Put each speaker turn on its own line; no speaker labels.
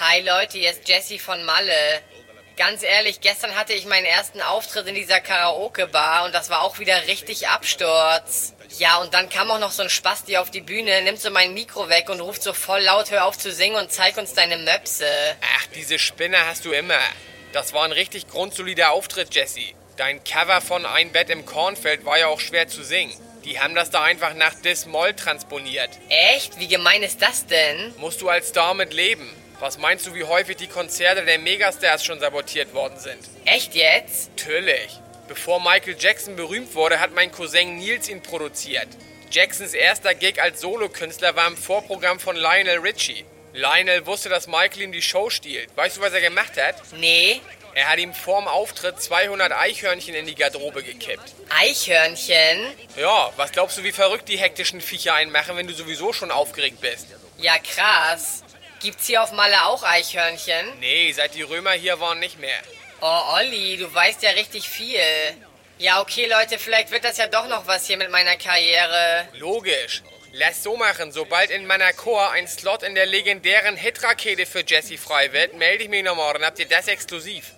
Hi Leute, hier ist Jesse von Malle. Ganz ehrlich, gestern hatte ich meinen ersten Auftritt in dieser Karaoke-Bar und das war auch wieder richtig Absturz. Ja, und dann kam auch noch so ein Spasti auf die Bühne, nimmt so mein Mikro weg und ruft so voll laut, hör auf zu singen und zeig uns deine Möpse.
Ach, diese Spinner hast du immer. Das war ein richtig grundsolider Auftritt, Jesse. Dein Cover von Ein Bett im Kornfeld war ja auch schwer zu singen. Die haben das da einfach nach Dis-Moll transponiert.
Echt? Wie gemein ist das denn?
Musst du als Star mit leben. Was meinst du, wie häufig die Konzerte der Megastars schon sabotiert worden sind?
Echt jetzt?
Natürlich. Bevor Michael Jackson berühmt wurde, hat mein Cousin Nils ihn produziert. Jacksons erster Gig als Solokünstler war im Vorprogramm von Lionel Richie. Lionel wusste, dass Michael ihm die Show stiehlt. Weißt du, was er gemacht hat?
Nee.
Er hat ihm vorm Auftritt 200 Eichhörnchen in die Garderobe gekippt.
Eichhörnchen?
Ja, was glaubst du, wie verrückt die hektischen Viecher einen machen, wenn du sowieso schon aufgeregt bist?
Ja, krass. Gibt's hier auf Malle auch Eichhörnchen?
Nee, seit die Römer hier waren nicht mehr.
Oh, Olli, du weißt ja richtig viel. Ja, okay, Leute, vielleicht wird das ja doch noch was hier mit meiner Karriere.
Logisch. Lass so machen, sobald in meiner Chor ein Slot in der legendären Hitrakete für Jesse frei wird, melde ich mich noch morgen. Habt ihr das exklusiv?